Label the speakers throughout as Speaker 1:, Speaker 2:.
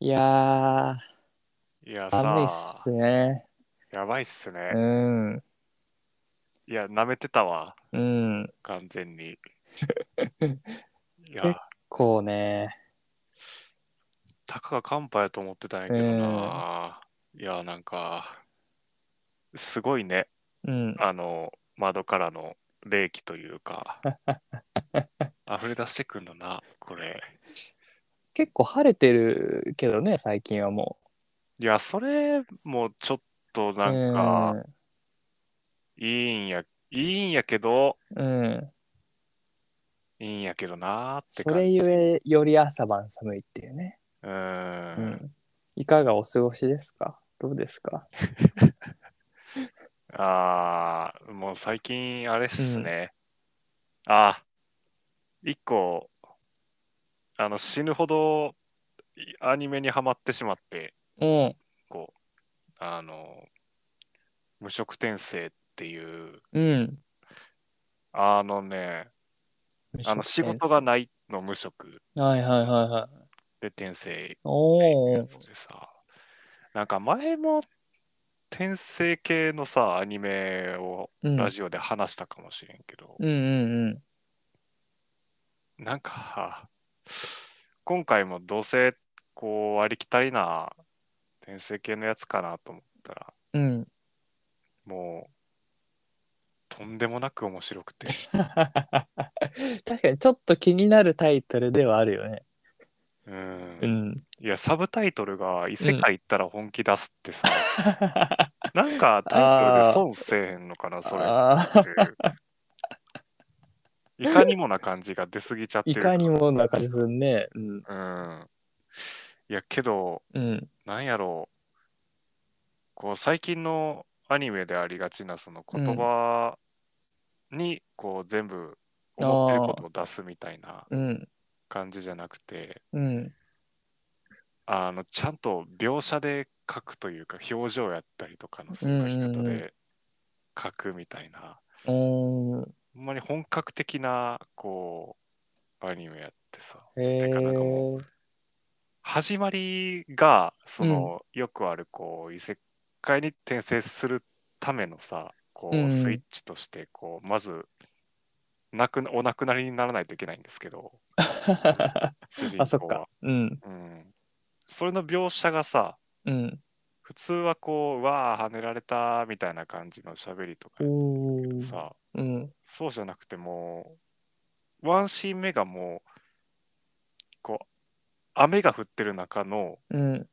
Speaker 1: いや
Speaker 2: い
Speaker 1: ー
Speaker 2: やさ
Speaker 1: 寒いっすね。
Speaker 2: やばいっすね。
Speaker 1: うん。
Speaker 2: いや、舐めてたわ、
Speaker 1: うん。
Speaker 2: 完 全に。い
Speaker 1: え
Speaker 2: や、
Speaker 1: こうね。
Speaker 2: たかが寒波やと思ってたんやけどな。いや、なんか、すごいね、
Speaker 1: うん。
Speaker 2: あの、窓からの冷気とい うか、溢れ出してくんだな、これ。
Speaker 1: 結構晴れてるけどね、最近はも
Speaker 2: いや、それもちょっと
Speaker 1: う。
Speaker 2: なんか、いいんや、いいんやけど、
Speaker 1: うん。うん。
Speaker 2: いいんやけどなーって
Speaker 1: そ
Speaker 2: 感
Speaker 1: れ
Speaker 2: じ。
Speaker 1: ゆえ、より朝晩寒いっていうね。
Speaker 2: うー。
Speaker 1: うんん。いかがお過ごしですかどうですか
Speaker 2: ああ、もう最近あれっすね。あー一個、あの死ぬほどいアニメにはまってしまって、
Speaker 1: うん。
Speaker 2: こう、あの、無職転生っていう、
Speaker 1: うん。
Speaker 2: あのね、あの仕事が。ないの無職
Speaker 1: はいはいはいはい。
Speaker 2: で転生
Speaker 1: おお
Speaker 2: や。つでさ、なんか前も転生系のさ、アニメを
Speaker 1: うん。
Speaker 2: ラジオで話したかもしれんけど、
Speaker 1: うんうんうん。
Speaker 2: なんか、今回もどうせ、こう、ありきたりな転生系のやつかなと思ったら、
Speaker 1: うん。
Speaker 2: もう、とんでもなく面 白くて、
Speaker 1: 確かにちょっと気になるタイトルではあるよね。
Speaker 2: う。
Speaker 1: うんん。
Speaker 2: いや、サブタイトルが、異世界行ったら本気出すってさ、なんかタイトルで損せえへんのかな、それ
Speaker 1: あ ー
Speaker 2: っていう。いかにもな感じが出すぎちゃって
Speaker 1: い
Speaker 2: る。
Speaker 1: かにもな感じするね。うん。
Speaker 2: うん。いや、けど、
Speaker 1: うん。
Speaker 2: なんやろう、こう最近のアニメでありがちなその言葉にこう全部思ってることを出すみたいな
Speaker 1: うん。
Speaker 2: 感じじゃなくて、
Speaker 1: うん。
Speaker 2: あのちゃんと描写で書くというか表情やったりとかのその書き
Speaker 1: うんう
Speaker 2: 方
Speaker 1: んうん
Speaker 2: で書くみたいな、
Speaker 1: おー
Speaker 2: ほんまに本格的なこうアニメやってさ、
Speaker 1: へ
Speaker 2: てかなんかも
Speaker 1: ー
Speaker 2: 始まりがその、よくあるこう異世界に転生するためのさこ
Speaker 1: うんうん
Speaker 2: うスイッチとしてこうまずなくお亡くなりにならないといけないんですけど主人公は
Speaker 1: あ、そっか。うん。
Speaker 2: うん、それの描写がさ
Speaker 1: うん。
Speaker 2: 普通はこう「うわあ跳ねられた」みたいな感じの喋りとか
Speaker 1: おー
Speaker 2: さ
Speaker 1: うん。
Speaker 2: そうじゃなくてもうワンシーン目がもうこう雨が降ってる中の
Speaker 1: うん。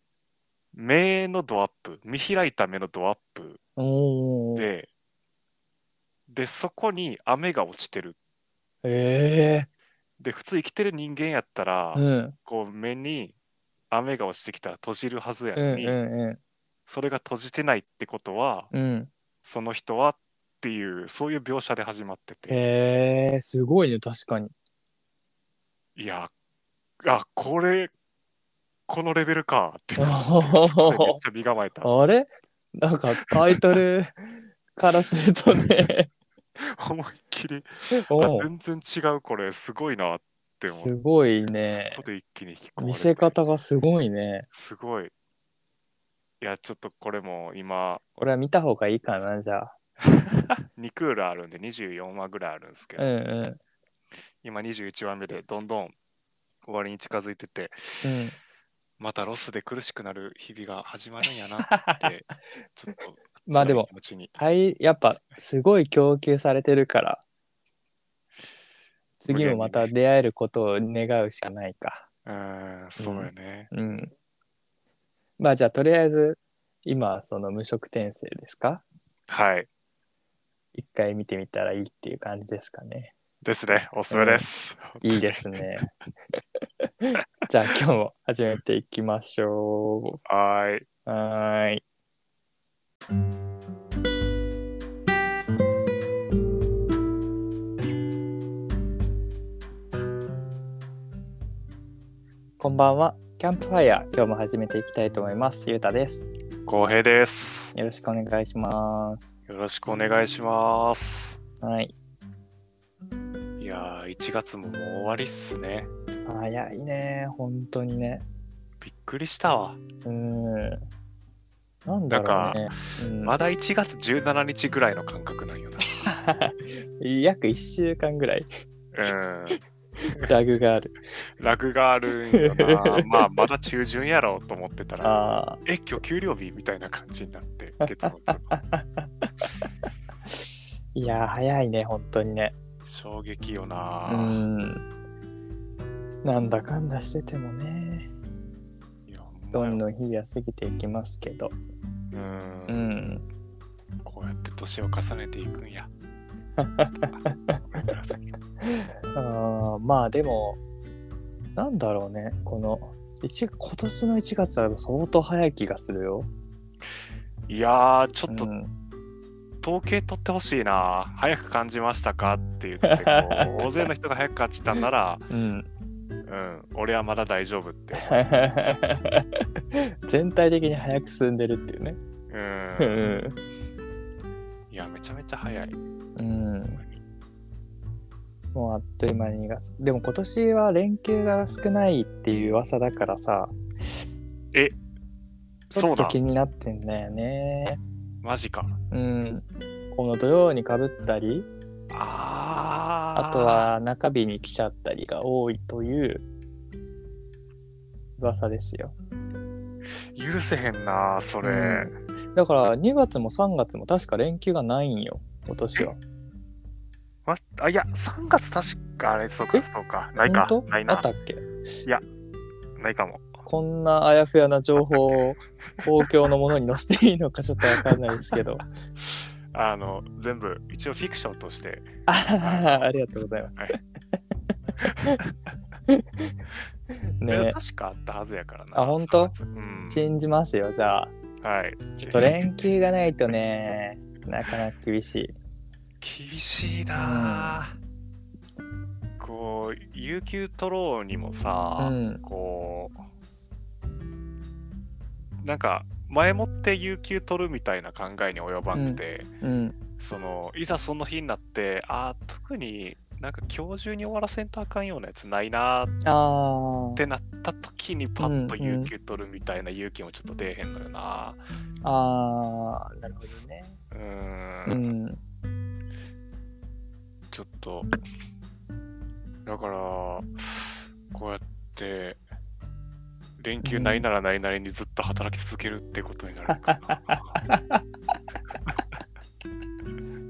Speaker 2: 目のドアップ、見開いた目のドアップ
Speaker 1: おー
Speaker 2: で、で、そこに雨が落ちてる。
Speaker 1: へ
Speaker 2: で、普通生きてる人間やったら、
Speaker 1: ーうん。
Speaker 2: こう目に雨が落ちてきたら閉じるはずや
Speaker 1: うん
Speaker 2: のに、
Speaker 1: うん
Speaker 2: それが閉じてないってことは、
Speaker 1: うん。うん。
Speaker 2: その人はっていう、そういう描写で始まってて、
Speaker 1: へーすごいね、確かに。
Speaker 2: いや、あ、これ、このレベルかって、
Speaker 1: お
Speaker 2: そ
Speaker 1: ー
Speaker 2: こでめっちゃ身構 えた。
Speaker 1: あれなんかタイトルからするとね、
Speaker 2: 思いっきり、 あ
Speaker 1: おー
Speaker 2: 全然違う、これ、すごいなって思って
Speaker 1: すごいね
Speaker 2: そ。こで一気に引き込まれて
Speaker 1: 見せ方がすごいね。
Speaker 2: すごい。いや、ちょっとこれも今、
Speaker 1: 俺は見た方がいいかな、じゃあ。
Speaker 2: 2クールあるんで24話ぐらいあるんですけ
Speaker 1: う
Speaker 2: ど、
Speaker 1: んうん。
Speaker 2: 今21話目でどんどん終わりに近づいてて、
Speaker 1: うん。
Speaker 2: またロスで苦しくなる日々が始まるんや なって、ちょっと、
Speaker 1: まあでも
Speaker 2: 辛い気持ちに
Speaker 1: はい、やっぱすごい供給されてるから次もまた出会えることを願うしかないか。
Speaker 2: うーん、そうやね。
Speaker 1: うん。まあじゃあとりあえず今その無職転生ですか
Speaker 2: はい。
Speaker 1: 一回見てみたらいいっていう感じですかね。
Speaker 2: ですね。おすすめです。
Speaker 1: いいですね。じゃあ今日も始めていきましょ
Speaker 2: はーい。
Speaker 1: う。はーい。こんばんは。キャンプファイヤー、今日も始めていきたいと思います。ゆうたです。
Speaker 2: 浩平です。
Speaker 1: よろしくお願いします。
Speaker 2: よろしくお願いします。
Speaker 1: はい。
Speaker 2: いやー、1月ももう終わりっすね。
Speaker 1: 早いね、本当にね。
Speaker 2: びっくりしたわ。
Speaker 1: うん。なんだろうね。うん
Speaker 2: まだ1月17日ぐらいの感覚なん よな。
Speaker 1: 約1週間ぐらい
Speaker 2: うん。
Speaker 1: ラグがある。
Speaker 2: ラグがあるんよ な。まあ、まだ中旬やろうと思ってたら、
Speaker 1: あ
Speaker 2: え、今日給料日みたいな感じにな って、月末。
Speaker 1: あ。いやー、早いね、本当にね。
Speaker 2: 衝撃よ
Speaker 1: う
Speaker 2: な。
Speaker 1: ん。なんだかんだしててもね、
Speaker 2: いやほん
Speaker 1: ど
Speaker 2: まや
Speaker 1: んどん日々は過ぎていきますけど。
Speaker 2: うん
Speaker 1: う。ん。
Speaker 2: こうやって年を重ねていく んや。ごめんなさい
Speaker 1: あーまあでも、なんだろうね、この、一今年の1月は相当早い気がするよ。
Speaker 2: いやー、ちょっ
Speaker 1: う
Speaker 2: と
Speaker 1: ん、
Speaker 2: 統計取ってほしいな。早く感じましたかって言って こう、大勢の人が早く感じたんなら、
Speaker 1: うん、
Speaker 2: うん、俺はまだ大丈夫って。
Speaker 1: 全体的に早く進んでるっていうね。
Speaker 2: う。
Speaker 1: うんん
Speaker 2: いや、めちゃめちゃ早い。
Speaker 1: うん、もうあっという間に2月。でも今年は連休が少ないっていう噂だからさ、
Speaker 2: え、
Speaker 1: ち
Speaker 2: そ
Speaker 1: ょ
Speaker 2: う
Speaker 1: っと
Speaker 2: だ。
Speaker 1: 気になってんだよね。
Speaker 2: マジか。
Speaker 1: うん、この土曜にかぶったり、
Speaker 2: あー
Speaker 1: あと、は中日に来ちゃったりが多いという噂ですよ。
Speaker 2: 許せへんな、それ。
Speaker 1: だから2月も3月も確か連休がないんよ、今年は。
Speaker 2: まあ、いや、3月確か、あれ、そうか、
Speaker 1: え
Speaker 2: そうか。ないか
Speaker 1: 本。当
Speaker 2: ない
Speaker 1: あ
Speaker 2: な
Speaker 1: っ。たっけ
Speaker 2: ないかも。
Speaker 1: こんなあやふやな情報を公共のものに載せていいのかちょっとわかんないですけ ど。
Speaker 2: あの、全部、一応フィクションとして、
Speaker 1: あははありがとうございます。
Speaker 2: は
Speaker 1: ねえ
Speaker 2: 確かあったはずやからな。
Speaker 1: あほんと
Speaker 2: 3月うん。
Speaker 1: 信じますよ、じゃあ。
Speaker 2: はい。
Speaker 1: ちょっと連休がないとね、なかなか厳しい。
Speaker 2: 厳しいなあ、こう有給取ろうにも
Speaker 1: う
Speaker 2: さ、
Speaker 1: ん。
Speaker 2: こうなんか前もって有給取るみたいな考えに及ばなくて、
Speaker 1: うん。
Speaker 2: そのいざその日になってあー特になんか今日中に終わらせんとあかんようなやつないなーっ
Speaker 1: あ
Speaker 2: てなった時にパッと
Speaker 1: うんうん
Speaker 2: 有給取るみたいな勇気もちょっと出えへんのよな
Speaker 1: あ、ああ、なるほどね。
Speaker 2: う
Speaker 1: う
Speaker 2: ーん
Speaker 1: ん。
Speaker 2: ちょっと、だから、こうやって、連休ないならないなりにずっと働き続けるってことになるのか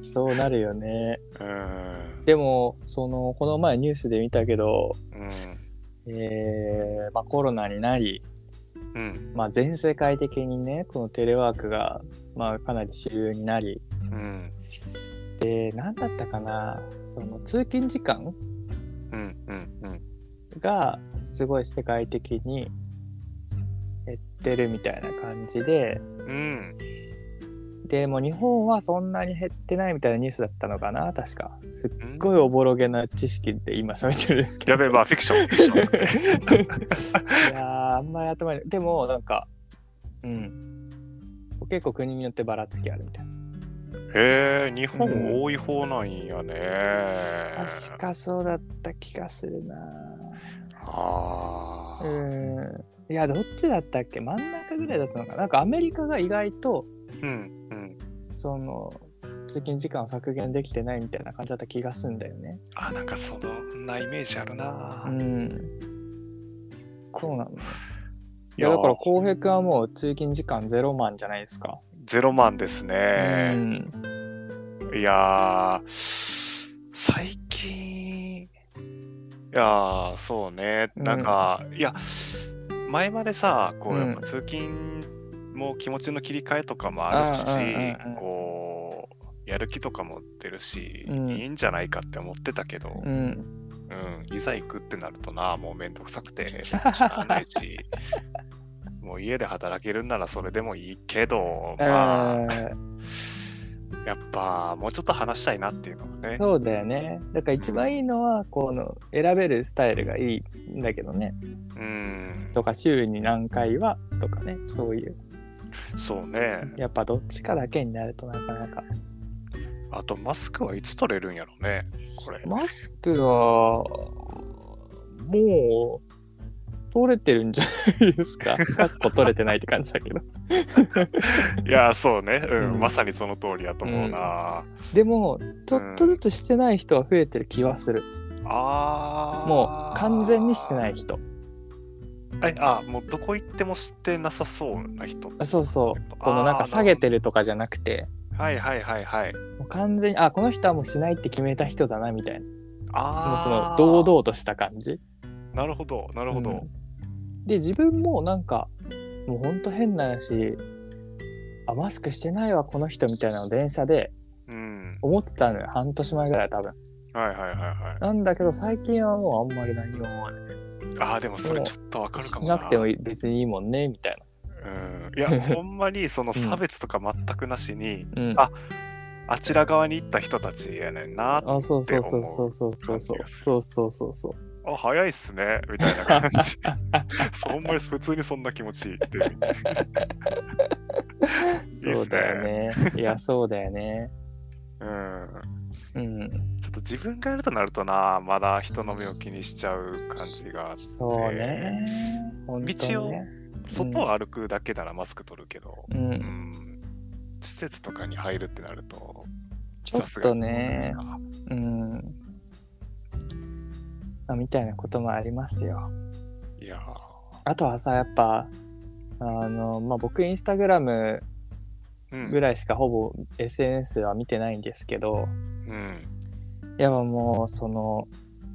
Speaker 1: そうなるよね。
Speaker 2: な。うん。
Speaker 1: でも、その、この前ニュースで見たけど、
Speaker 2: うん。
Speaker 1: えーまあ、コロナになり、
Speaker 2: うん。
Speaker 1: まあ、全世界的にねこのテレワークが、まあ、かなり主流になり
Speaker 2: うん。
Speaker 1: で何だったかなその通勤時間
Speaker 2: うん。うん。うん。
Speaker 1: がすごい世界的に減ってるみたいな感じで
Speaker 2: うん。
Speaker 1: でもう日本はそんなに減ってないみたいなニュースだったのかな確かすっ
Speaker 2: うん
Speaker 1: ごいおぼろげな知識で今喋ってるんですけど
Speaker 2: やべえ、まあ、フィクション。フィクショ
Speaker 1: い
Speaker 2: ン
Speaker 1: やーあんまり頭にでもなんかうん結構国によってばらつきあるみたいな
Speaker 2: へえ、日本多い方なんやね。
Speaker 1: 確かそうだった気がするな
Speaker 2: ああ。
Speaker 1: うんいやどっちだったっけ真ん中ぐらいだったのかななんかアメリカが意外と
Speaker 2: うん。うん。
Speaker 1: その通勤時間を削減できてないみたいな感じだった気がすんだよね
Speaker 2: あ、なんかそんなイメージあるな。
Speaker 1: うんそうなのい
Speaker 2: い
Speaker 1: や
Speaker 2: や
Speaker 1: だから浩平君はもう通勤時間ゼロマンじゃないですか、
Speaker 2: ゼロマンですね。
Speaker 1: うん
Speaker 2: いやー、最近、いやー、そうね、
Speaker 1: うん
Speaker 2: なんか、いや、前までさ、こう、
Speaker 1: うん
Speaker 2: やっぱ通勤も気持ちの切り替えとかもあるし
Speaker 1: あーうんうんうん、
Speaker 2: こう、やる気とかも出るし、
Speaker 1: うん
Speaker 2: いいんじゃないかって思ってたけど、
Speaker 1: うん
Speaker 2: うん、いざ行くってなるとな、もうめんどくさ くて、知らないし、もう家で働けるんならそれでもいい けど、まあ、
Speaker 1: うん
Speaker 2: やっぱもうちょっと話したいなっていうのがね。
Speaker 1: そうだよねだから一番いいのはこの選べるスタイルがいいんだけどね
Speaker 2: うん、
Speaker 1: とか週に何回はとかねそういう
Speaker 2: そうね。
Speaker 1: やっぱどっちかだけになるとなかなか
Speaker 2: あとマスクはいつ取れるんやろね、これ。
Speaker 1: マスクはもう取れてるんじゃないですか。 かっこ取れてないって感じだけど。
Speaker 2: いや、そうね、うん、
Speaker 1: うん
Speaker 2: まさにその通りやと思うな。
Speaker 1: でも、ちょっとずつしてない人は増えてる気はする。
Speaker 2: ああ。
Speaker 1: もう完全にしてない。人。
Speaker 2: え、あ、もうどこ行ってもしてなさそうな人。
Speaker 1: あそうそう。このなんか下げてるとかじゃなくて、
Speaker 2: はいはいはいはい。
Speaker 1: もう完全に、あ、この人はもうしないって決めた人だなみたいな。もうそ
Speaker 2: あ
Speaker 1: の
Speaker 2: あ。
Speaker 1: 堂々とした感じ。
Speaker 2: なるほど、なるほど。
Speaker 1: うんで自分もなんかもうほんと変な話あマスクしてないわこの人みたいなの電車で
Speaker 2: うん。
Speaker 1: 思ってたのよ半年前ぐらいは多分
Speaker 2: はいはいはいは
Speaker 1: なんだけど最近はもうあんまり何も思わない
Speaker 2: い。ああ、でもそれちょっとわかるかも
Speaker 1: しなくても別にいいもんねみたい
Speaker 2: う ん、いや、ほんまにその差別とか全くなしに、
Speaker 1: な、うん、
Speaker 2: ああちら側に行った人たちやねんな。あ、
Speaker 1: あそうそうそうそうそうそう
Speaker 2: って
Speaker 1: そ
Speaker 2: 思う
Speaker 1: うそうそうそうそう
Speaker 2: 早いっすね、みたい な感じ。そうほんまに普通にそんな気持ちいいっていう。いっすね
Speaker 1: そうだよねい やそうだよね
Speaker 2: うん。
Speaker 1: うん
Speaker 2: ちょっと自分がやるとなるとな、まだ人の目を気にしちゃう感じが。
Speaker 1: そうね本当
Speaker 2: 道
Speaker 1: に
Speaker 2: を
Speaker 1: ね
Speaker 2: 外を歩くだけならマスク取るけど、
Speaker 1: う
Speaker 2: うんん。施設とかに入るってなると、
Speaker 1: ちょっ
Speaker 2: さすが
Speaker 1: と
Speaker 2: に
Speaker 1: ね
Speaker 2: ですか
Speaker 1: うんまあみたいなこともありますよ
Speaker 2: いやー
Speaker 1: あとはさやっぱあのまあ僕インスタグラム
Speaker 2: うん
Speaker 1: ぐらいしかほぼ SNS は見てないんですけど
Speaker 2: うん。
Speaker 1: やっぱもうその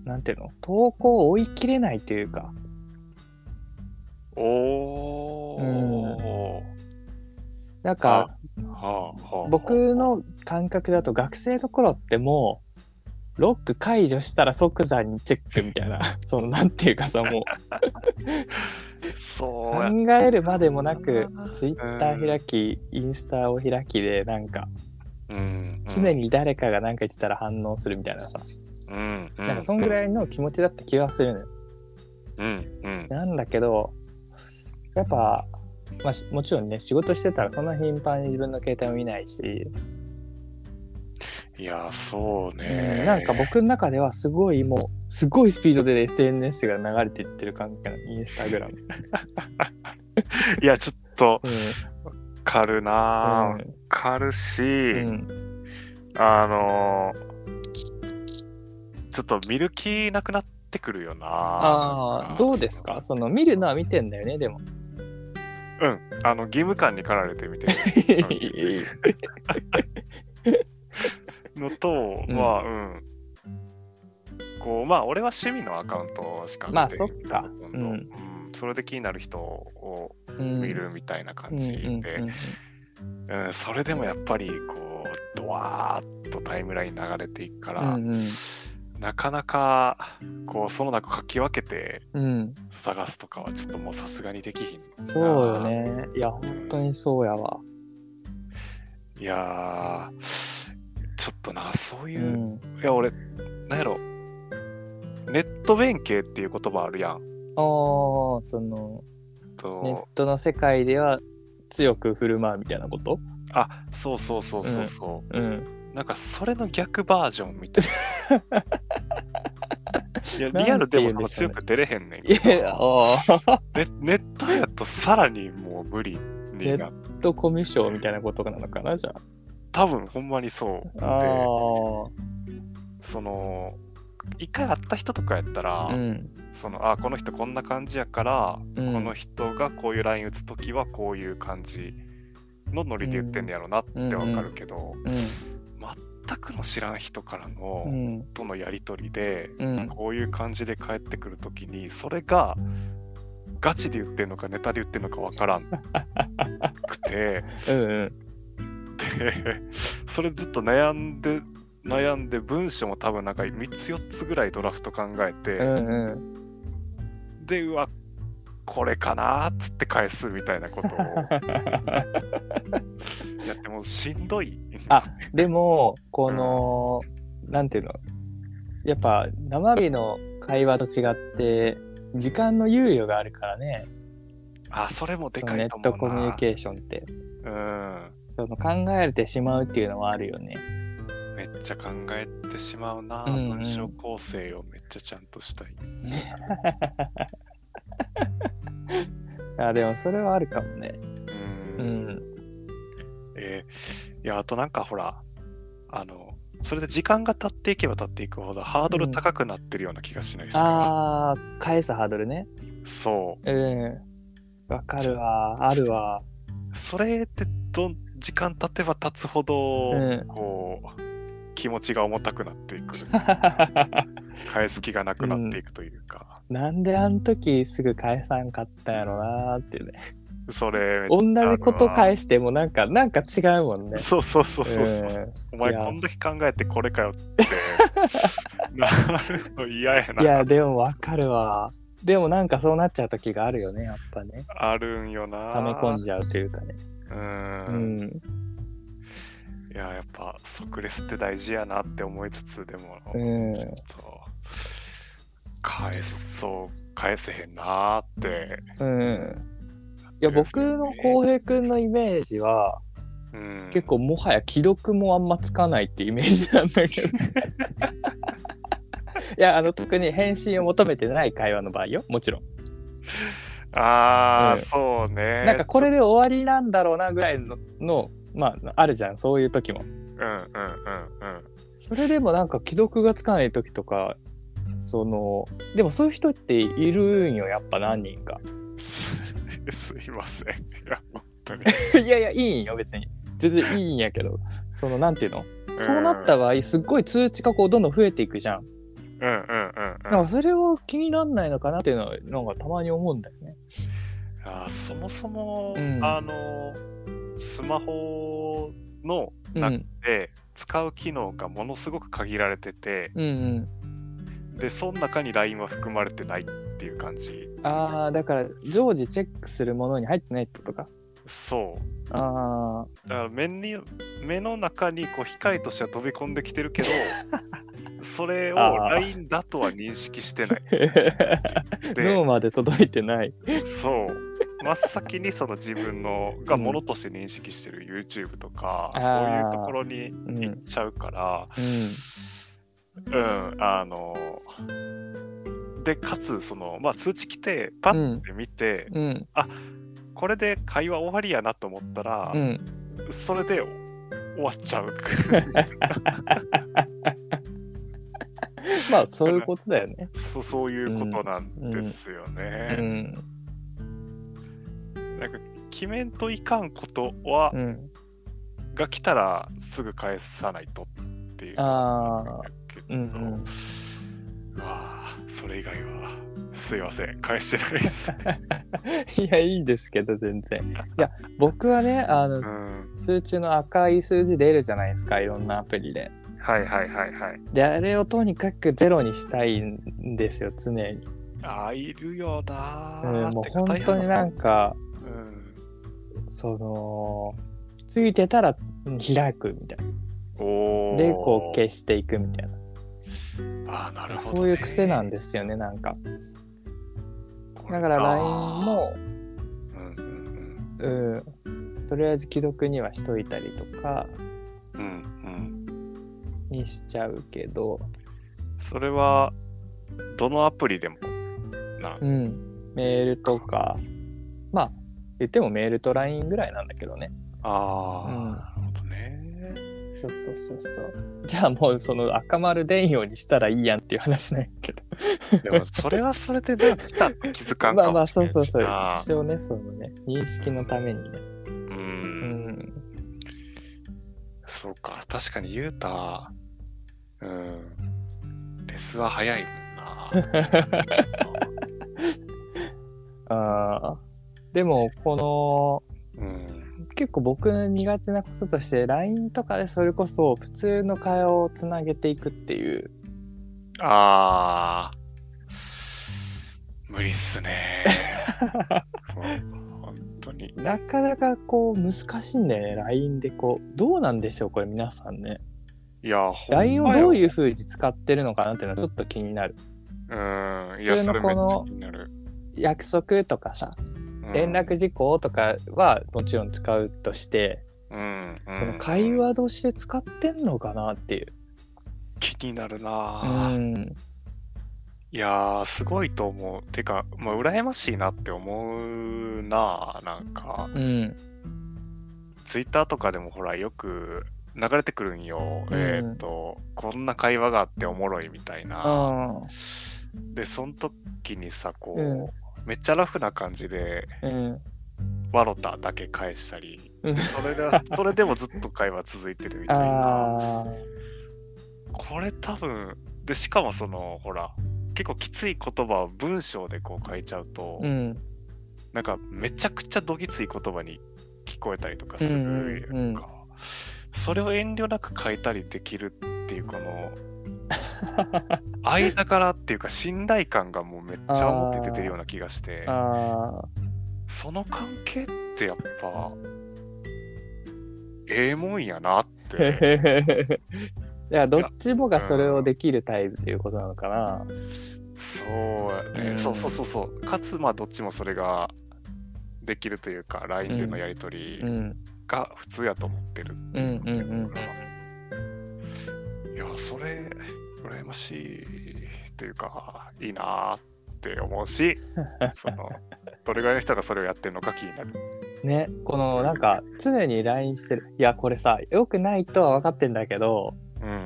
Speaker 1: なんていうの投稿を追い切れないというか
Speaker 2: おー。
Speaker 1: なんか
Speaker 2: はあはあ
Speaker 1: 僕の感覚だと学生の頃ってもうロック解除したら即座にチェックみたいな そのなんていうかさもう
Speaker 2: そう
Speaker 1: 考
Speaker 2: や
Speaker 1: えるまでもなくツイッター開き、インスタを開きでなんか
Speaker 2: うん
Speaker 1: 常に誰かが何か言ってたら反応するみたいなさ、
Speaker 2: うんう
Speaker 1: なんかそんぐら
Speaker 2: い
Speaker 1: いの気持ちだった気がするのよ、
Speaker 2: うんうん
Speaker 1: なんだけどやっぱ、まあ、しもちろんね仕事してたらそんな頻繁に自分の携帯も見ないし、
Speaker 2: いやそう
Speaker 1: うん
Speaker 2: ね
Speaker 1: なんか僕の中ではすごいもうすごいスピードで SNS が流れていってる感じかなインスタグラム、
Speaker 2: いやちょっと
Speaker 1: う
Speaker 2: わかるなわ、
Speaker 1: ん
Speaker 2: かるし、
Speaker 1: うん
Speaker 2: あのーちょっと見る気なくなってくるよな
Speaker 1: ああどうですかその見るのは見てんだよねでも
Speaker 2: うんあの義務感に駆られてみてるのと
Speaker 1: うん
Speaker 2: まあうんこうまあ俺は趣味のアカウントしか
Speaker 1: まあ
Speaker 2: 見てない
Speaker 1: そっか
Speaker 2: けど
Speaker 1: うん
Speaker 2: うんそれで気になる人を見
Speaker 1: 見
Speaker 2: るみたいな感
Speaker 1: 感
Speaker 2: じ
Speaker 1: じ
Speaker 2: で、うん、それでもやっぱりこうドワーッとタイムライン流れていくから、なかなかこうその中かき分けて
Speaker 1: うん、
Speaker 2: 探すとかはちょっともうさすがにできひん
Speaker 1: そうよね。いや、本当にそうやわ。
Speaker 2: いやーちょっとなそういうう、
Speaker 1: ん。
Speaker 2: いや俺なんやろネット弁慶っていう言葉あるやん
Speaker 1: ああ、その、ネッ
Speaker 2: と
Speaker 1: トの世界では強く振る舞うみたいなこと
Speaker 2: あそうそうそうそうそう、
Speaker 1: うん。
Speaker 2: なんかそれの逆バージョンみたいな。いやリアルでもその強く出れへんねん
Speaker 1: い
Speaker 2: けど、
Speaker 1: や、ああ、
Speaker 2: ねネットやとさらにもう無理になっ
Speaker 1: ネットコミュ障みたいなことなのかな、じゃ
Speaker 2: 多分ほんまにそう
Speaker 1: あ。あ
Speaker 2: で
Speaker 1: あ、
Speaker 2: その一回会った人とかやったら、
Speaker 1: うん。
Speaker 2: そのあこの人こんな感じやから、
Speaker 1: うん
Speaker 2: この人がこういうライン打つ時はこういう感じのノリで言ってんねやろなってわかるけど、全くの知らん人からの、
Speaker 1: うん。
Speaker 2: とのやり取りで
Speaker 1: うん。
Speaker 2: こういう感じで帰ってくるときに、それがガチで言ってんのかネタで言ってんのかわからんく て、
Speaker 1: うん。
Speaker 2: でそれずっと悩んで、悩んで、文章も多分なんか3つ4つぐらいドラフト考
Speaker 1: う
Speaker 2: えて、
Speaker 1: ん。うん。
Speaker 2: で、うわ、これかなーっつって返すみたいなこと をやってもうしんどい。
Speaker 1: あでも、この、なんていうの、やっぱ生身の会話と違って、時間の猶予があるからね。
Speaker 2: あ、それもで
Speaker 1: その
Speaker 2: か
Speaker 1: ネ
Speaker 2: いと
Speaker 1: ッ
Speaker 2: 思う
Speaker 1: ト
Speaker 2: な。
Speaker 1: コミュニケーションって
Speaker 2: う
Speaker 1: その考えてしまうっていうのはあるよね。
Speaker 2: ん、めっちゃ考えてしまうな、
Speaker 1: うんうん
Speaker 2: 文章構成をめっちゃちゃんとしたい。
Speaker 1: あでもそれはあるかもね。
Speaker 2: う。
Speaker 1: うんん。
Speaker 2: えーいや、あとなんかほら、あの、それで時間が経っていけば経っていくほどハードル高くなってるような気がしないですか、
Speaker 1: ああ、返すハードルね。
Speaker 2: そ
Speaker 1: うん。わかるわ。あるわ。
Speaker 2: う。それってどん、時間経てば経つほど、
Speaker 1: うん
Speaker 2: こう、気持ちが重たくなってい く。返す気がなくなっていくというか、
Speaker 1: なんであん時すぐ返さんかったんやろなーってね。
Speaker 2: それ、
Speaker 1: 同じこと返
Speaker 2: す。
Speaker 1: してもなんか、なんか違うもんね。
Speaker 2: そうそうそうそうそう。
Speaker 1: うん
Speaker 2: お前
Speaker 1: いや
Speaker 2: こんだけ考えてこれかよって なるの嫌や
Speaker 1: い
Speaker 2: な
Speaker 1: や、でもわかるわ。でもなんかそうなっちゃう時があるよね、やっぱね。
Speaker 2: あるんよな
Speaker 1: 溜め込んじゃうというかね。
Speaker 2: う、
Speaker 1: うんん。
Speaker 2: いややっぱ即レスって大事やなって思いつつでも、
Speaker 1: うん。
Speaker 2: ちょっと返すそう返せへんなーって
Speaker 1: うん。いや、僕の浩平くんのイメージは、
Speaker 2: うん
Speaker 1: 結構もはや既読もあんまつかないってイメージなんだけど。い や、あの、特に返信を求めてない会話の場合よ、もちろん。
Speaker 2: あ
Speaker 1: う
Speaker 2: あ、
Speaker 1: ん
Speaker 2: そうね
Speaker 1: なんかこれで終わりなんだろうなぐらいの、のまあ、あるじゃん、そういう時も。
Speaker 2: うんうんうんうん
Speaker 1: それでもなんか既読がつかない時とか、その、でもそういう人っているんよ、やっぱ何人か。
Speaker 2: す すいませんいや本当に、
Speaker 1: いやいや、いいんよ、別に。全然いいんやけど、その、なんていうの そうなった場合、すっごい通知がこう、どんどん増えていくじゃん。
Speaker 2: うんうんうん
Speaker 1: だ
Speaker 2: うん
Speaker 1: か、らそれは気になんないのかなっていうのは、なんかたまに思うんだよね。
Speaker 2: あーそもそも、
Speaker 1: うん
Speaker 2: あのスマホの
Speaker 1: う。
Speaker 2: なんで使う機能がものすごく限られてて
Speaker 1: うんうん。
Speaker 2: でその中に LINE は含まれてないっていう感じ
Speaker 1: ああ、だから、常時チェックするものに入ってないってことか。
Speaker 2: そう
Speaker 1: ああ、
Speaker 2: だから目に目の中にこう光としては飛び込んできてる けどそれを
Speaker 1: あー
Speaker 2: LINE だとは認識してない
Speaker 1: 脳まで届いてない。
Speaker 2: でそう真っ先にその自分のがものとして認識してる YouTube とか、
Speaker 1: あ
Speaker 2: そう
Speaker 1: ー
Speaker 2: いうところに
Speaker 1: うん
Speaker 2: 行っちゃうから、
Speaker 1: うん。
Speaker 2: うん、あので、かつ、その、まあ、通知来て、パ
Speaker 1: う
Speaker 2: ッ
Speaker 1: ん。
Speaker 2: て見て、
Speaker 1: うん。
Speaker 2: これで会話終わりやなと思ったら、
Speaker 1: うん。
Speaker 2: それで終わっち ゃう。
Speaker 1: まあ、そういうことだよね。
Speaker 2: そそういうことなんですよ
Speaker 1: う
Speaker 2: ね。
Speaker 1: ん。
Speaker 2: なんか、決めんといかんことは、
Speaker 1: うん。
Speaker 2: が来たら、すぐ返さないとっていう。
Speaker 1: ああ。
Speaker 2: けど、
Speaker 1: う
Speaker 2: うん
Speaker 1: うん
Speaker 2: わあそれ以外は、すいません、返してないです。
Speaker 1: いや、いいですけど、全然。 いや、僕はね、あの
Speaker 2: う、ん。
Speaker 1: 数値の赤い数字出るじゃないですか、いろんなアプリで。
Speaker 2: はいはいはいはい。
Speaker 1: で、あれをとにかくゼロにしたいんですよ、常に。
Speaker 2: ああ、いる
Speaker 1: う
Speaker 2: よな
Speaker 1: ん
Speaker 2: ー、
Speaker 1: もう
Speaker 2: てか
Speaker 1: 本当になんか、
Speaker 2: うん
Speaker 1: その、ついてたらうん開くみたい
Speaker 2: お
Speaker 1: な。
Speaker 2: ー
Speaker 1: で、こう消していくみたいな。
Speaker 2: あーなるほど、ね。
Speaker 1: そういう癖なん
Speaker 2: で。
Speaker 1: ですよね、なんか。
Speaker 2: こ
Speaker 1: だ
Speaker 2: れ
Speaker 1: から
Speaker 2: あ
Speaker 1: LINE
Speaker 2: ー
Speaker 1: も、
Speaker 2: うんうん
Speaker 1: うん、とりあえず既読にはしといたりとか
Speaker 2: うん。うん
Speaker 1: にしちゃうけど、
Speaker 2: うん。それは、どのアプリでも。な
Speaker 1: うん、メールとか、まあ、言ってもメールと LINE ぐらいなんだけどね。
Speaker 2: ああ、なるほどね。
Speaker 1: そうそうそうそう。じゃあもうその赤丸電用にしたらいいやんっていう話なんやけど。
Speaker 2: でも、それはそれで、ね、来 たって気づかん
Speaker 1: ま
Speaker 2: か
Speaker 1: あま
Speaker 2: も
Speaker 1: あ、
Speaker 2: しれ
Speaker 1: そ
Speaker 2: ん
Speaker 1: う
Speaker 2: し
Speaker 1: そうそう。
Speaker 2: な
Speaker 1: 一応ね、そのね、認識のためにね。
Speaker 2: う。
Speaker 1: うんん。
Speaker 2: そうか、確かに、ゆうた、うん。レスは早いもんな。
Speaker 1: ああ。でも、こ
Speaker 2: うん。
Speaker 1: の、結構僕の苦手なこととして、LINE とかでそれこそ普通の会話をつなげていくっていう。
Speaker 2: ああ。無理っ すね。本当に。
Speaker 1: なかなかこう難しいんだよね、LINE でこう。どうなんでしょう、これ皆さんね。
Speaker 2: いや、ほんま
Speaker 1: LINE
Speaker 2: よ
Speaker 1: をどういう風に使ってるのかなっていうのはちょっと気になる。
Speaker 2: うん。いや、
Speaker 1: 普通
Speaker 2: そ
Speaker 1: の
Speaker 2: れめっち
Speaker 1: こ
Speaker 2: ゃ
Speaker 1: の
Speaker 2: 気になる。
Speaker 1: 約束とかさ、
Speaker 2: うん
Speaker 1: 連絡事項とかはもちろん使うとして、
Speaker 2: うん。うん
Speaker 1: その会話として使ってんのかなっていう。
Speaker 2: 気になるな
Speaker 1: う
Speaker 2: ぁ、
Speaker 1: ん。
Speaker 2: いやー、すごいと思う。てか、まあ、羨ましいなって思うな、なんか。
Speaker 1: うん。
Speaker 2: ツイッターとかでもほら、よく流れてくるんよ。
Speaker 1: うん
Speaker 2: えーっと、こんな会話があっておもろいみたいな。
Speaker 1: ああ。
Speaker 2: で、その時にさ、こう、
Speaker 1: う
Speaker 2: めっちゃラフな感じで、
Speaker 1: うん。
Speaker 2: ワロタだけ返したり、
Speaker 1: うん
Speaker 2: それがそれでもずっと会話続いてるみたいな。
Speaker 1: ああ。
Speaker 2: これ多分、で、しかもその、ほら、結構きつい言葉を文章でこう書いちゃうと、
Speaker 1: うん。
Speaker 2: なんかめちゃくちゃどぎつい言葉に聞こえたりとかす
Speaker 1: うん
Speaker 2: るやんか、
Speaker 1: うんうん
Speaker 2: それを遠慮なく変えたりできるっていうこ の間からっていうか信頼感がもうめっちゃ持って出てるような気がして
Speaker 1: ああ。
Speaker 2: その関係ってやっぱええもんやなっ て
Speaker 1: いや、どっちもがそれをできるタイプということなのかな。
Speaker 2: そうやね、
Speaker 1: うん
Speaker 2: そうそうそうそうかつまあどっちもそれができるというか LINE でのやり取
Speaker 1: う
Speaker 2: り
Speaker 1: ん。
Speaker 2: が普通やと思ってる
Speaker 1: うんうんうん。
Speaker 2: いや、それ、羨ましいというか、いいなーって思 うし、その、どれぐらいの人がそれをやってるのか気になる。
Speaker 1: ね、このなんか常に LINE してる。いや、これさ、良くないとは分かってんだけど、
Speaker 2: うん、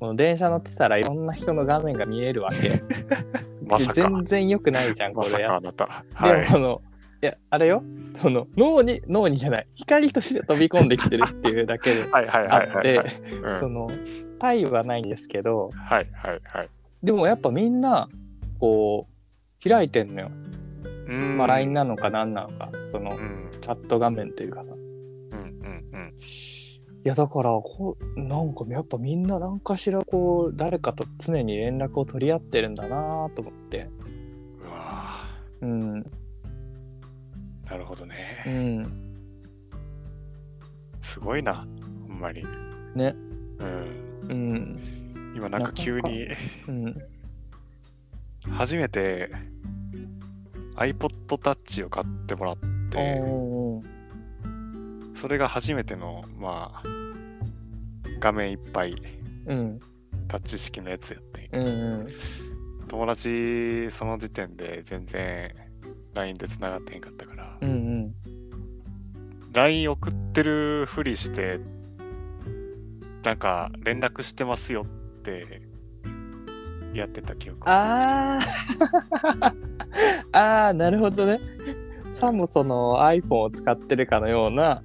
Speaker 1: この電車乗ってたらいろんな人の画面が見えるわけ。
Speaker 2: まさか、
Speaker 1: 全然良くないじゃん、こ
Speaker 2: まさ
Speaker 1: れ
Speaker 2: か
Speaker 1: や
Speaker 2: あ。なた。
Speaker 1: で
Speaker 2: は
Speaker 1: も
Speaker 2: い。
Speaker 1: あの、いや、あれよ、その脳に、脳にじゃない、光として飛び込んできてるっていうだけで
Speaker 2: はいはい
Speaker 1: あ
Speaker 2: はい
Speaker 1: っ
Speaker 2: はい
Speaker 1: て
Speaker 2: はい。、うん
Speaker 1: その、タイはないんですけど、
Speaker 2: はいはいはい。
Speaker 1: でもやっぱみんな、こう、開いてんのよ。
Speaker 2: うん
Speaker 1: まあ、LINE なのか何なのか、その
Speaker 2: う、ん
Speaker 1: チャット画面というかさ。
Speaker 2: うんうんうん。
Speaker 1: いやだからこうなんかやっぱみんな何かしらこう誰かと常に連絡を取り合ってるんだなと思って
Speaker 2: うわ
Speaker 1: うん
Speaker 2: ーなるほど
Speaker 1: う
Speaker 2: ね。
Speaker 1: ん
Speaker 2: すごいな、ほんまに。
Speaker 1: ね。
Speaker 2: うん。
Speaker 1: うん
Speaker 2: 今なんか急に、
Speaker 1: うん
Speaker 2: 初めて iPod Touch を買ってもらって、
Speaker 1: おー
Speaker 2: それが初めての、まあ、画面いっぱい
Speaker 1: うん
Speaker 2: タッチ式のやつやって、
Speaker 1: うんうん
Speaker 2: 友達その時点で全然 LINE で繋がってへんかったから、
Speaker 1: うん
Speaker 2: LINE 送ってるふりして、なんか連絡してますよってやってた記憶あ
Speaker 1: あーあーなるほどねさもその iPhone を使ってるかのような
Speaker 2: り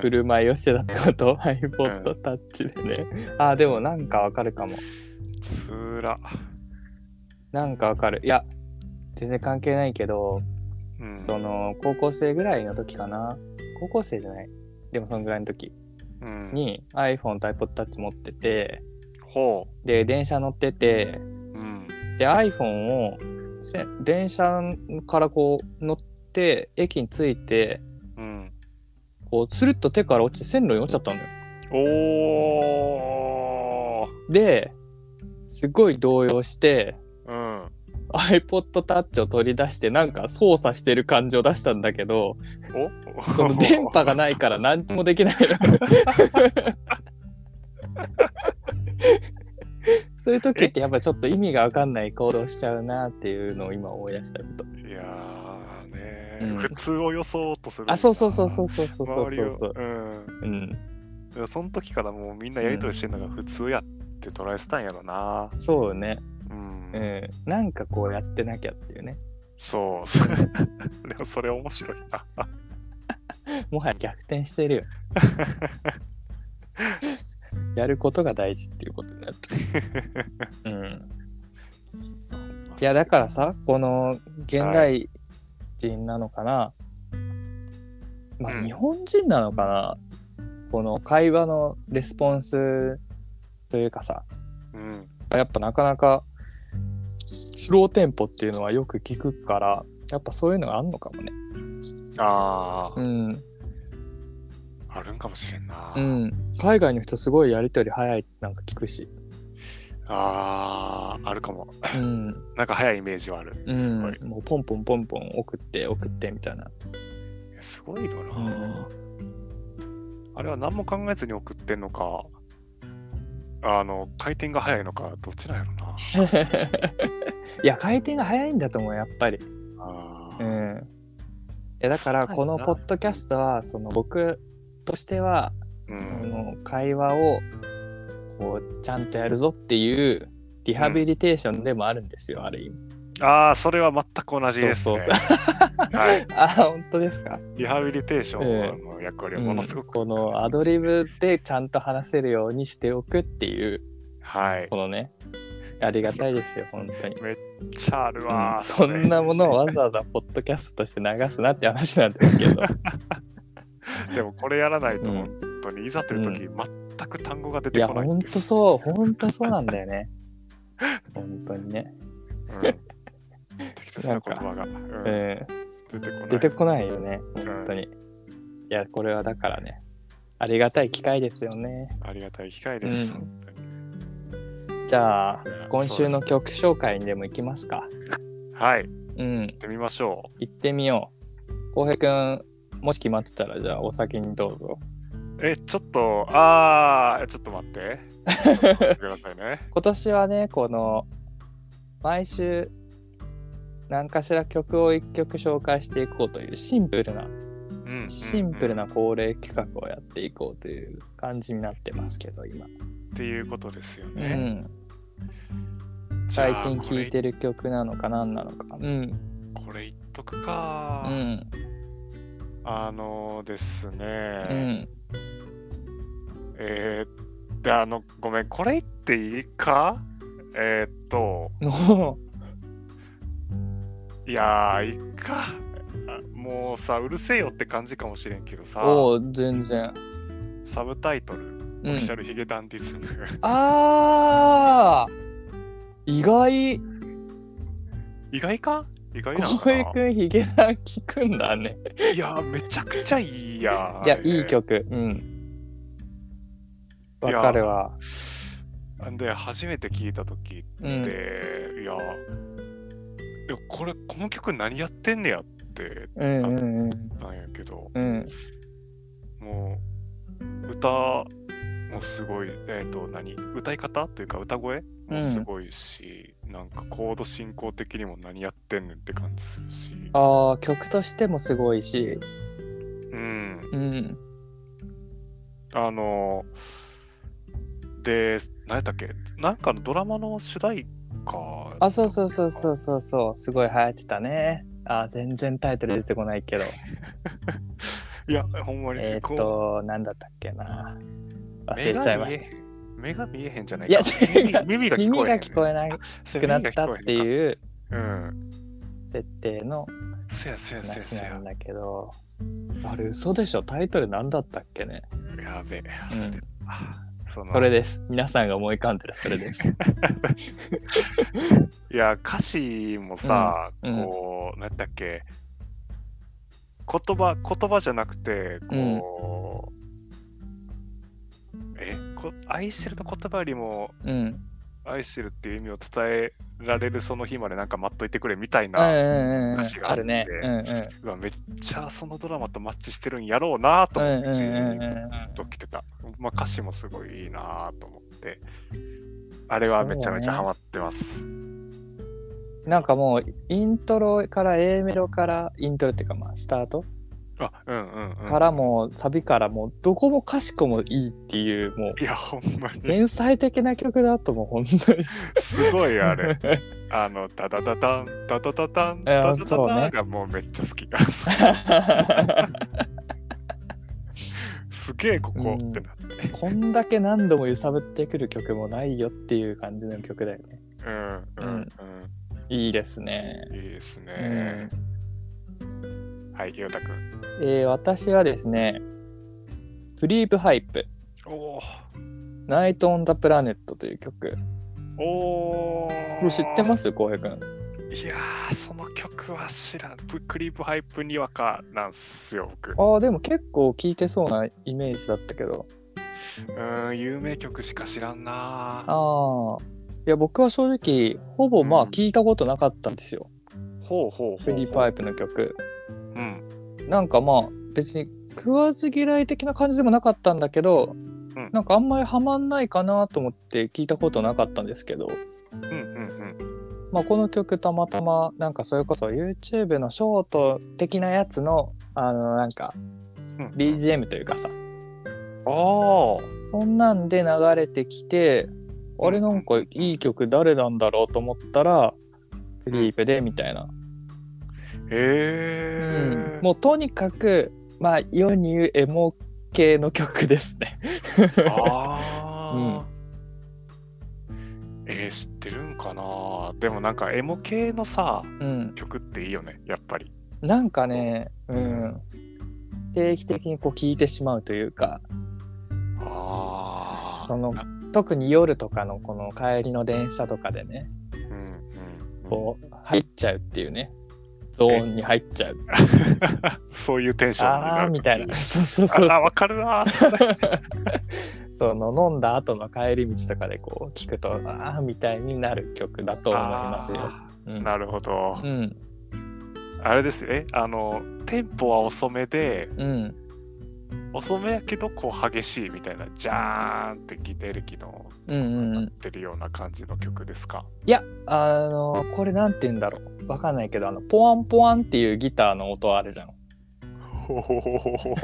Speaker 1: 振
Speaker 2: す、うん
Speaker 1: る舞いをしてたってこと iPod タッチでねあーでもなんかわかるかも
Speaker 2: つーら。
Speaker 1: なんかわかるいや全然関係ないけど
Speaker 2: うん。
Speaker 1: その高校生ぐらいの時かな高校生じゃないでもそのぐらいの時
Speaker 2: うん、
Speaker 1: に iPhone と iPodTouch 持ってて
Speaker 2: ほ
Speaker 1: で電車乗ってて
Speaker 2: う。うん。
Speaker 1: で iPhone をせ電車からこう乗って駅に着いて
Speaker 2: うん。
Speaker 1: こうスルッと手から落ちて線路に落ちちゃったのよ
Speaker 2: おー。
Speaker 1: ですごい動揺して
Speaker 2: うん。
Speaker 1: iPodTouch を取り出してなんか操作してる感じを出したんだけど
Speaker 2: お
Speaker 1: その電波がないから何もできないの。そういう時ってやっぱちょっと意味が分かんない行動しちゃうなっていうのを今思い出したこと。
Speaker 2: いやーね
Speaker 1: うん
Speaker 2: 普通を装おうとするんだ
Speaker 1: あ、そうそうそうそうそうそうそう
Speaker 2: 周り
Speaker 1: そ
Speaker 2: を
Speaker 1: うそう。
Speaker 2: うん
Speaker 1: うん、
Speaker 2: だからその時からもうみんなやりとりしてるのが普通やって捉えてたんやろな
Speaker 1: そうね。
Speaker 2: うん、
Speaker 1: うん。なんかこうやってなきゃっていうね。
Speaker 2: そうそう でもそれ面白いな
Speaker 1: もはや逆転してるよ。やることが大事っていうことになると。うん。いやだからさこの現代人なのかな、ま
Speaker 2: う
Speaker 1: あ
Speaker 2: ん
Speaker 1: 日本人なのかな、この会話のレスポンスというかさ
Speaker 2: うん
Speaker 1: やっぱなかなかスローテンポっていうのはよく聞くからやっぱそういうのがあんのかもね
Speaker 2: あー、
Speaker 1: うん
Speaker 2: あるんかもしれんな、
Speaker 1: うん海外の人すごいやりとり早いってなんか聞くし
Speaker 2: あーあるかも
Speaker 1: うん
Speaker 2: なんか早いイメージはある、
Speaker 1: う
Speaker 2: すごい
Speaker 1: んもうポンポンポンポン送って送ってみたいな
Speaker 2: すごいよな、あれは何も考えずに送ってんのかあの回転が早いのかどっちなんやろな
Speaker 1: いや回転が早いんだと思うやっぱり。
Speaker 2: あ
Speaker 1: う
Speaker 2: ー
Speaker 1: ん、いやだからこのポッドキャストはその僕としては、
Speaker 2: う
Speaker 1: あ
Speaker 2: ん。
Speaker 1: の会話をこうちゃんとやるぞっていうリハビリテーションでもあるんですよ、ある意味。
Speaker 2: ああ、それは全く同じです、
Speaker 1: そ
Speaker 2: ね。
Speaker 1: うそうそう。
Speaker 2: はい。
Speaker 1: あ本当ですか、
Speaker 2: リハビリテーショ
Speaker 1: え
Speaker 2: ンの役割はものすごく、
Speaker 1: このアドリ。ブでちゃんと話せるようにしておくっていう
Speaker 2: はい。
Speaker 1: このねありがたいですよ本当に。
Speaker 2: チャール
Speaker 1: うん
Speaker 2: は、
Speaker 1: そんなものをわざわざポッドキャストとして流すなって話なんです けど。
Speaker 2: でもこれやらないと
Speaker 1: うん
Speaker 2: 本当にいざという時、全く単語が出
Speaker 1: い
Speaker 2: て
Speaker 1: や、
Speaker 2: こな
Speaker 1: ほ
Speaker 2: い
Speaker 1: ん
Speaker 2: んで
Speaker 1: と
Speaker 2: す。
Speaker 1: そう、ほんとそうなんだよね。ほんとにね。
Speaker 2: うん適切な言葉 が、うん
Speaker 1: うん。
Speaker 2: 出てこない。
Speaker 1: 出てこないよね、ほんとに。いや、これはだからね、ありがたい機会ですよね。
Speaker 2: ありがたい機会です。
Speaker 1: うん
Speaker 2: 本当に
Speaker 1: じゃあ
Speaker 2: いや、
Speaker 1: 今週
Speaker 2: そう
Speaker 1: の曲紹介にでも行きますか。
Speaker 2: はい、行
Speaker 1: うん、
Speaker 2: ってみましょ
Speaker 1: 行ってみよう。浩平くん、もし決まってたら、じゃあお先にどうぞ。
Speaker 2: う。え、ちょっと、ああ、ちょっと待って。ちょっと待ってくださいね。
Speaker 1: 今年はね、この、毎週、何かしら曲を1曲紹介していこうというシンプルな
Speaker 2: うん
Speaker 1: シンプル
Speaker 2: うんう
Speaker 1: な
Speaker 2: ん
Speaker 1: 恒例企画をやっていこうという感じになってますけど今、
Speaker 2: っていうことですよ
Speaker 1: う
Speaker 2: ね。
Speaker 1: ん、
Speaker 2: じゃあ
Speaker 1: 最近聴いてる曲なのか何なのかうん
Speaker 2: これこれ言っとく
Speaker 1: う
Speaker 2: か。
Speaker 1: ん
Speaker 2: あのです
Speaker 1: う
Speaker 2: ね。
Speaker 1: ん
Speaker 2: えー、で、あの、ごめん、これ言っていいかえー、っと、
Speaker 1: も
Speaker 2: いやー、いいか。あもうさ、うるせえよって感じかもしれんけど
Speaker 1: う
Speaker 2: さ、
Speaker 1: おう全然、
Speaker 2: サブタイトル、
Speaker 1: う
Speaker 2: オフィ
Speaker 1: ん、
Speaker 2: シャルヒゲダンディズム。
Speaker 1: あー意外
Speaker 2: 意外か意外なの
Speaker 1: 浩平
Speaker 2: かな
Speaker 1: くんヒゲダン聴くんだね
Speaker 2: いやー、めちゃくちゃいいや
Speaker 1: いや
Speaker 2: あれ
Speaker 1: いい曲うんわ
Speaker 2: や
Speaker 1: かるわ
Speaker 2: で、初めて聞いたときって、
Speaker 1: うん
Speaker 2: いやー、いやこれ、この曲何やってんねやって、
Speaker 1: うんうんうん
Speaker 2: なんやけど、
Speaker 1: うん
Speaker 2: もう歌もすごい、えっ、と、何歌い方というか歌声もすごいし、なんかコード進行的にも何やってんねんって感じするし、
Speaker 1: ああ曲としてもすごいし
Speaker 2: うん。
Speaker 1: うん
Speaker 2: あので、何やったっけなんかのドラマの主題歌
Speaker 1: あ、そうそうそうそうそうそう、すごい流行ってたね。あ、全然タイトル出てこないけど、
Speaker 2: いや、ほんまに、
Speaker 1: えーっ、
Speaker 2: こと
Speaker 1: なんだったっけな。
Speaker 2: う
Speaker 1: 忘れちゃいました。
Speaker 2: 目が見えへん目が見えへんじゃない
Speaker 1: いや
Speaker 2: か。
Speaker 1: 違う
Speaker 2: 耳が聞
Speaker 1: 耳
Speaker 2: こえへ
Speaker 1: が
Speaker 2: ん
Speaker 1: 聞こえな
Speaker 2: そう
Speaker 1: くなったって
Speaker 2: 耳が聞こえへんか
Speaker 1: いう
Speaker 2: うん。
Speaker 1: 設定の
Speaker 2: せやせやせや
Speaker 1: 話
Speaker 2: せ
Speaker 1: な
Speaker 2: や
Speaker 1: ん。だけど、あれ嘘でしょ、タイトルなんだったっけね。
Speaker 2: やべえ。
Speaker 1: うん
Speaker 2: その
Speaker 1: それです。皆さんが思い浮かんでるそれ です。
Speaker 2: いや歌詞もさ、
Speaker 1: うんうん
Speaker 2: こうなんだっけ言葉言葉じゃなくてこう、えこ愛してるの言葉よりも
Speaker 1: うん。うん
Speaker 2: 愛してるっていう意味を伝えられるその日までなんか待っといてくれみたい
Speaker 1: うん
Speaker 2: な、
Speaker 1: うんうん
Speaker 2: 歌詞。があ
Speaker 1: あ
Speaker 2: って
Speaker 1: るね。うんうん。
Speaker 2: うわめっちゃそのドラマとマッチしてるんやろうなと
Speaker 1: うん
Speaker 2: 思って、
Speaker 1: うん
Speaker 2: じ
Speaker 1: うんうん
Speaker 2: ーっと来てた、まあ、歌詞もすごいいいなと思ってあれはめちゃめちゃハマってます、
Speaker 1: うん。なんかもう、イントロから A メロから、イントロっていうかまあ、スタート
Speaker 2: あうんうんうん
Speaker 1: からもうサビからもうどこもかしこもいいっていうもう
Speaker 2: いやほんまに
Speaker 1: 天才的な曲だともう本当に
Speaker 2: すごいあ れ。あの、ダダダダン、ダダダダン、ダダダ
Speaker 1: そう
Speaker 2: ダン
Speaker 1: ね
Speaker 2: がもうめっちゃ好き。すげえここってなってね。
Speaker 1: こんだけ何度も揺さぶってくる曲もないよっていう感じの曲だよね
Speaker 2: うんうん
Speaker 1: いいですね
Speaker 2: うん。いいですね。はい、ゆうたくん。
Speaker 1: えー私はですねクリープハイプ
Speaker 2: お
Speaker 1: ナイトオンザプラネットという曲
Speaker 2: お。
Speaker 1: こ
Speaker 2: お
Speaker 1: れ知ってます浩平くん
Speaker 2: すいやー、その曲は知らん。プクリープハイプにわかなんすよ、僕。
Speaker 1: ああでも結構聴いてそうなイメージだったけど
Speaker 2: うん、有名曲しか知らんなー。
Speaker 1: ああいや僕は正直ほぼまあ
Speaker 2: うん
Speaker 1: 聞いたことなかったんですよ、
Speaker 2: ほうほうほう。
Speaker 1: クリープハイプの曲
Speaker 2: うん。
Speaker 1: なんかまあ別に食わず嫌い的な感じでもなかったんだけど、
Speaker 2: うん
Speaker 1: なんかあんまりハマんないかなと思って聞いたことなかったんですけど
Speaker 2: うんうん
Speaker 1: まあ、この曲たまたまなんかそれこそ YouTube のショート的なやつのあのなんか
Speaker 2: うん
Speaker 1: BGM というかさ
Speaker 2: あ
Speaker 1: そんなんで流れてきてあれなんかいい曲誰なんだろうと思ったらクリープでみたいな、
Speaker 2: あへえ、
Speaker 1: もうとにかくまあ世に言うエモ系の曲ですね
Speaker 2: ああ、えー、知ってるんかなでもなんかエモ系のさ
Speaker 1: うん
Speaker 2: 曲っていいよねやっぱり
Speaker 1: なんかねうん定期的にこう聴いてしまうというか
Speaker 2: ああ
Speaker 1: その
Speaker 2: な
Speaker 1: 特に夜とかのこの帰りの電車とかでね
Speaker 2: うんうんうん
Speaker 1: こう入っちゃうっていうねゾーンに入っちゃう
Speaker 2: そういうテンションにな
Speaker 1: あ
Speaker 2: る
Speaker 1: ーみたいな
Speaker 2: あ
Speaker 1: そうそうそう
Speaker 2: ー
Speaker 1: そ
Speaker 2: わかるなー
Speaker 1: うその飲んだ後の帰り道とかでこう聞くとああみたいになる曲だと思いますよ。
Speaker 2: あ
Speaker 1: う
Speaker 2: ー
Speaker 1: ん
Speaker 2: なるほど、
Speaker 1: うん
Speaker 2: あれですよねあのテンポは遅めで
Speaker 1: うん
Speaker 2: 遅めやけどこう激しいみたいなジャーンってギテルキの
Speaker 1: うんうんう
Speaker 2: 鳴っ
Speaker 1: ん、
Speaker 2: てるような感じの曲ですか、
Speaker 1: いやあのこれなんて言うんだろうわかんないけどあのポワンポワンっていうギターの音あるじゃん
Speaker 2: ほほほほほほ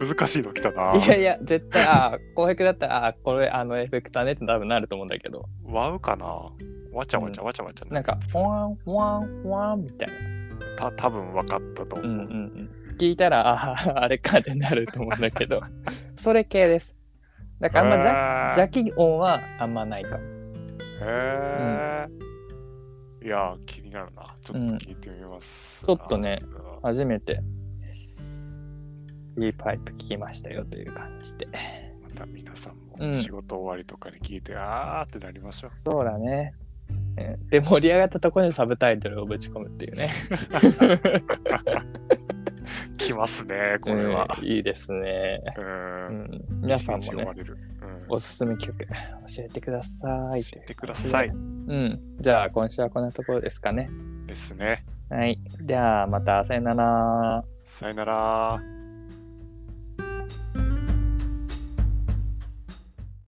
Speaker 2: 難しいの来たない
Speaker 1: やいや絶対ああ浩平君だったらああこれあのエフェクターねって多分なると思うんだけど
Speaker 2: ワウかなわちゃわちゃわちゃわちゃ
Speaker 1: なんかポワンポワンポワンみたいな
Speaker 2: た多分分かったと思う、
Speaker 1: うんうんうん、聞いたらあー あれかってなると思うんだけど それ系ですだからあんま邪
Speaker 2: へー
Speaker 1: 邪気音はあんまないかも
Speaker 2: へーいやー気になるなちょっと聞いてみます、
Speaker 1: うんちょっとね
Speaker 2: それは
Speaker 1: 初めてリーパイプ聞きましたよという感じで
Speaker 2: また皆さん
Speaker 1: う
Speaker 2: も
Speaker 1: ん
Speaker 2: 仕事終わりとかに聞いて、あーってなりましょう
Speaker 1: そうだねえーで盛り上がったところにサブタイトルをぶち込むっていう ね
Speaker 2: 来ますねこれは、
Speaker 1: うん いいですね、
Speaker 2: う
Speaker 1: うんん、皆さんも
Speaker 2: 一日終わ
Speaker 1: ね
Speaker 2: れるうん
Speaker 1: おすすめ曲教えてください
Speaker 2: 教えてください
Speaker 1: うんじゃあ今週はこんなところですかね
Speaker 2: ですね
Speaker 1: はいじゃあまたさよなら
Speaker 2: さよなら